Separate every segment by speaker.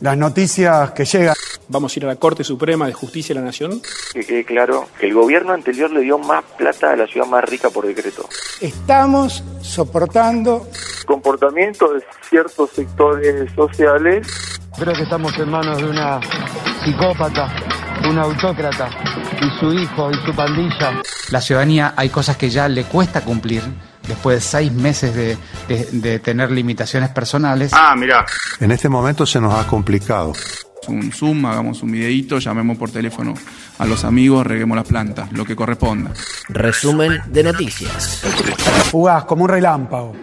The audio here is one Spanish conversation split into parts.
Speaker 1: Las noticias que llegan.
Speaker 2: Vamos a ir a la Corte Suprema de Justicia de la Nación.
Speaker 3: Que quede claro que el gobierno anterior le dio más plata a la ciudad más rica por decreto.
Speaker 1: Estamos soportando
Speaker 3: Comportamiento de ciertos sectores sociales.
Speaker 4: Creo que estamos en manos de una psicópata, de una autócrata y su hijo y su pandilla.
Speaker 5: La ciudadanía hay cosas que ya le cuesta cumplir después de seis meses de, de- de tener limitaciones personales.
Speaker 6: Ah, mirá.
Speaker 7: En este momento se nos ha complicado.
Speaker 8: un Zoom, hagamos un videíto, llamemos por teléfono a los amigos, reguemos las plantas, lo que corresponda.
Speaker 9: Resumen de noticias.
Speaker 1: fugaz como un relámpago.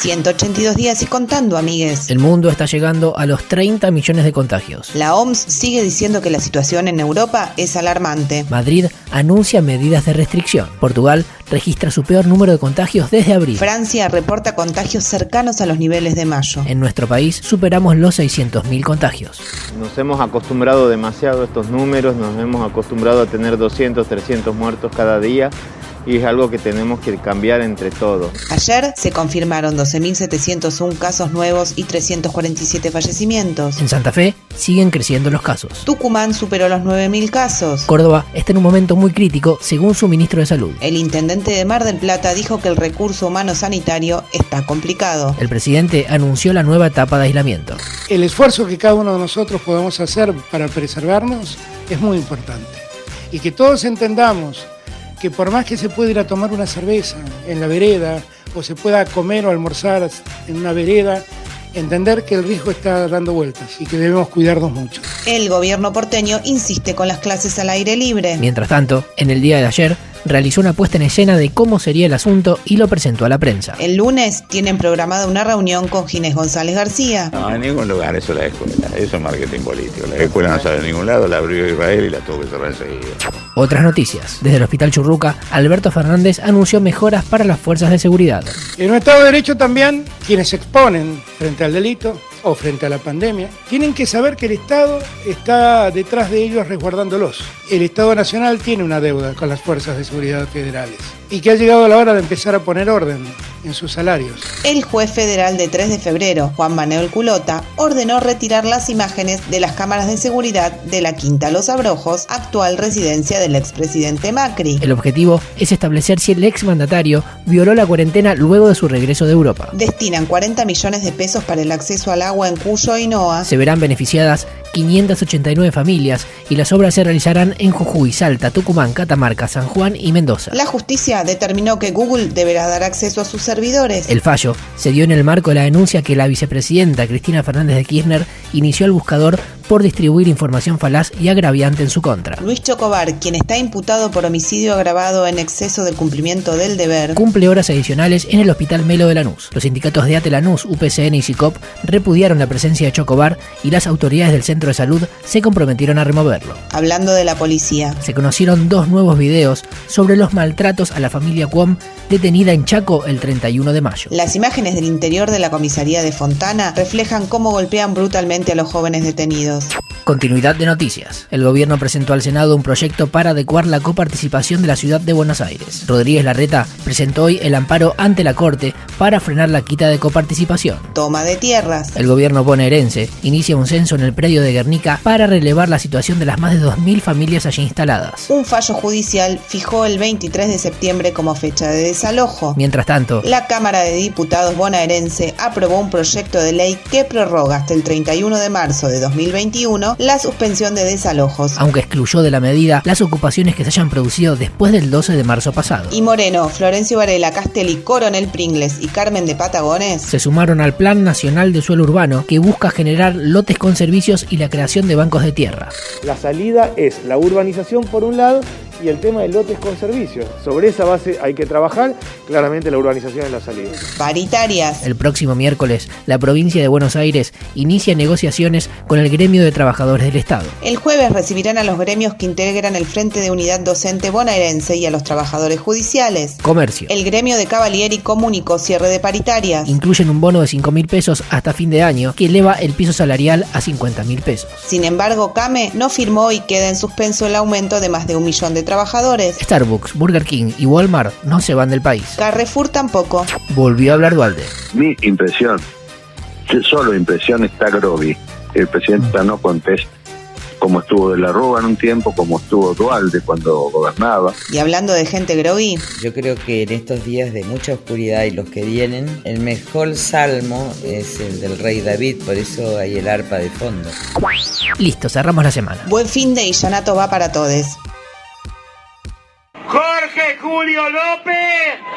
Speaker 10: 182 días y contando, amigues.
Speaker 9: El mundo está llegando a los 30 millones de contagios.
Speaker 10: La OMS sigue diciendo que la situación en Europa es alarmante.
Speaker 9: Madrid anuncia medidas de restricción. Portugal registra su peor número de contagios desde abril.
Speaker 10: Francia reporta contagios cercanos a los niveles de mayo.
Speaker 9: En nuestro país superamos los 600.000 contagios.
Speaker 11: Nos hemos acostumbrado demasiado a estos números, nos hemos acostumbrado a tener 200, 300 muertos cada día y es algo que tenemos que cambiar entre todos.
Speaker 10: Ayer se confirmaron 12.701 casos nuevos y 347 fallecimientos.
Speaker 9: En Santa Fe siguen creciendo los casos.
Speaker 10: Tucumán superó los 9.000 casos.
Speaker 9: Córdoba está en un momento muy crítico según su ministro de Salud.
Speaker 10: El intendente de Mar del Plata dijo que el recurso humano sanitario está complicado.
Speaker 9: El presidente anunció la nueva etapa de aislamiento.
Speaker 12: El esfuerzo que cada uno de nosotros podamos hacer para preservarnos es muy importante. Y que todos entendamos que por más que se pueda ir a tomar una cerveza en la vereda o se pueda comer o almorzar en una vereda, entender que el riesgo está dando vueltas y que debemos cuidarnos mucho.
Speaker 10: El gobierno porteño insiste con las clases al aire libre.
Speaker 9: Mientras tanto, en el día de ayer realizó una puesta en escena de cómo sería el asunto y lo presentó a la prensa.
Speaker 10: El lunes tienen programada una reunión con Ginés González García.
Speaker 13: No, en ningún lugar, eso es la escuela, eso es marketing político. La escuela no sale de ningún lado, la abrió Israel y la tuvo que cerrar enseguida.
Speaker 9: Otras noticias. Desde el Hospital Churruca, Alberto Fernández anunció mejoras para las fuerzas de seguridad.
Speaker 12: En un Estado de Derecho también, quienes se exponen frente al delito o frente a la pandemia, tienen que saber que el Estado está detrás de ellos resguardándolos. El Estado Nacional tiene una deuda con las fuerzas de seguridad federales y que ha llegado la hora de empezar a poner orden en sus salarios.
Speaker 10: El juez federal de 3 de febrero, Juan Manuel Culota, ordenó retirar las imágenes de las cámaras de seguridad de la Quinta Los Abrojos, actual residencia del expresidente Macri.
Speaker 9: El objetivo es establecer si el exmandatario violó la cuarentena luego de su regreso de Europa.
Speaker 10: Destinan 40 millones de pesos para el acceso al agua en Cuyo y Noa.
Speaker 9: Se verán beneficiadas 589 familias y las obras se realizarán en Jujuy, Salta, Tucumán, Catamarca, San Juan y Mendoza.
Speaker 10: La justicia determinó que Google deberá dar acceso a sus servidores.
Speaker 9: El fallo se dio en el marco de la denuncia que la vicepresidenta Cristina Fernández de Kirchner inició al buscador por distribuir información falaz y agraviante en su contra.
Speaker 10: Luis Chocobar, quien está imputado por homicidio agravado en exceso del cumplimiento del deber,
Speaker 9: Cumple horas adicionales en el Hospital Melo de Lanús. Los sindicatos de ATE Lanús, UPCN y SICOP repudiaron la presencia de Chocobar y las autoridades del centro de salud se comprometieron a removerlo.
Speaker 10: hablando de la policía.
Speaker 9: Se conocieron dos nuevos videos sobre los maltratos a la familia Cuom detenida en Chaco el 31 de mayo.
Speaker 10: Las imágenes del interior de la comisaría de Fontana reflejan cómo golpean brutalmente a los jóvenes detenidos.
Speaker 9: Continuidad de noticias. El gobierno presentó al Senado un proyecto para adecuar la coparticipación de la ciudad de Buenos Aires. Rodríguez Larreta presentó hoy el amparo ante la Corte para frenar la quita de coparticipación.
Speaker 10: Toma de tierras.
Speaker 9: El gobierno bonaerense inicia un censo en el predio de Guernica para relevar la situación de las más de 2.000 familias allí instaladas.
Speaker 10: Un fallo judicial fijó el 23 de septiembre como fecha de desalojo.
Speaker 9: Mientras tanto,
Speaker 10: La Cámara de Diputados bonaerense aprobó un proyecto de ley que prorroga hasta el 31 de marzo de 2021 la suspensión de desalojos.
Speaker 9: aunque excluyó de la medida las ocupaciones que se hayan producido después del 12 de marzo pasado.
Speaker 10: Y Moreno, Florencio Varela, Castelli, Coronel Pringles y Carmen de Patagones
Speaker 9: se sumaron al Plan Nacional de Suelo Urbano que busca generar lotes con servicios y la creación de bancos de tierra.
Speaker 11: La salida es la urbanización por un lado y el tema de lotes con servicios. Sobre esa base hay que trabajar, claramente la urbanización es la salida.
Speaker 10: paritarias.
Speaker 9: El próximo miércoles, la provincia de Buenos Aires inicia negociaciones con el gremio de trabajadores del Estado.
Speaker 10: El jueves recibirán a los gremios que integran el Frente de Unidad Docente bonaerense y a los trabajadores judiciales.
Speaker 9: Comercio.
Speaker 10: El gremio de Cavalieri comunicó cierre de paritarias.
Speaker 9: Incluyen un bono de 5 mil pesos hasta fin de año que eleva el piso salarial a 50 mil pesos.
Speaker 10: Sin embargo, Kame no firmó y queda en suspenso el aumento de más de un millón de trabajadores.
Speaker 9: Starbucks, Burger King y Walmart no se van del país.
Speaker 10: Carrefour tampoco.
Speaker 9: Volvió a hablar Dualde.
Speaker 7: Mi impresión
Speaker 11: solo impresión está Grovi. El presidente no contesta como estuvo de la Rúa en un tiempo, como estuvo Dualde cuando gobernaba.
Speaker 10: Y hablando de gente groví,
Speaker 5: Yo creo que en estos días de mucha oscuridad y los que vienen, el mejor salmo es el del rey David, por eso hay el arpa de fondo.
Speaker 9: Listo, cerramos la semana.
Speaker 10: buen fin de y Yanato va para todes.
Speaker 14: Jorge Julio López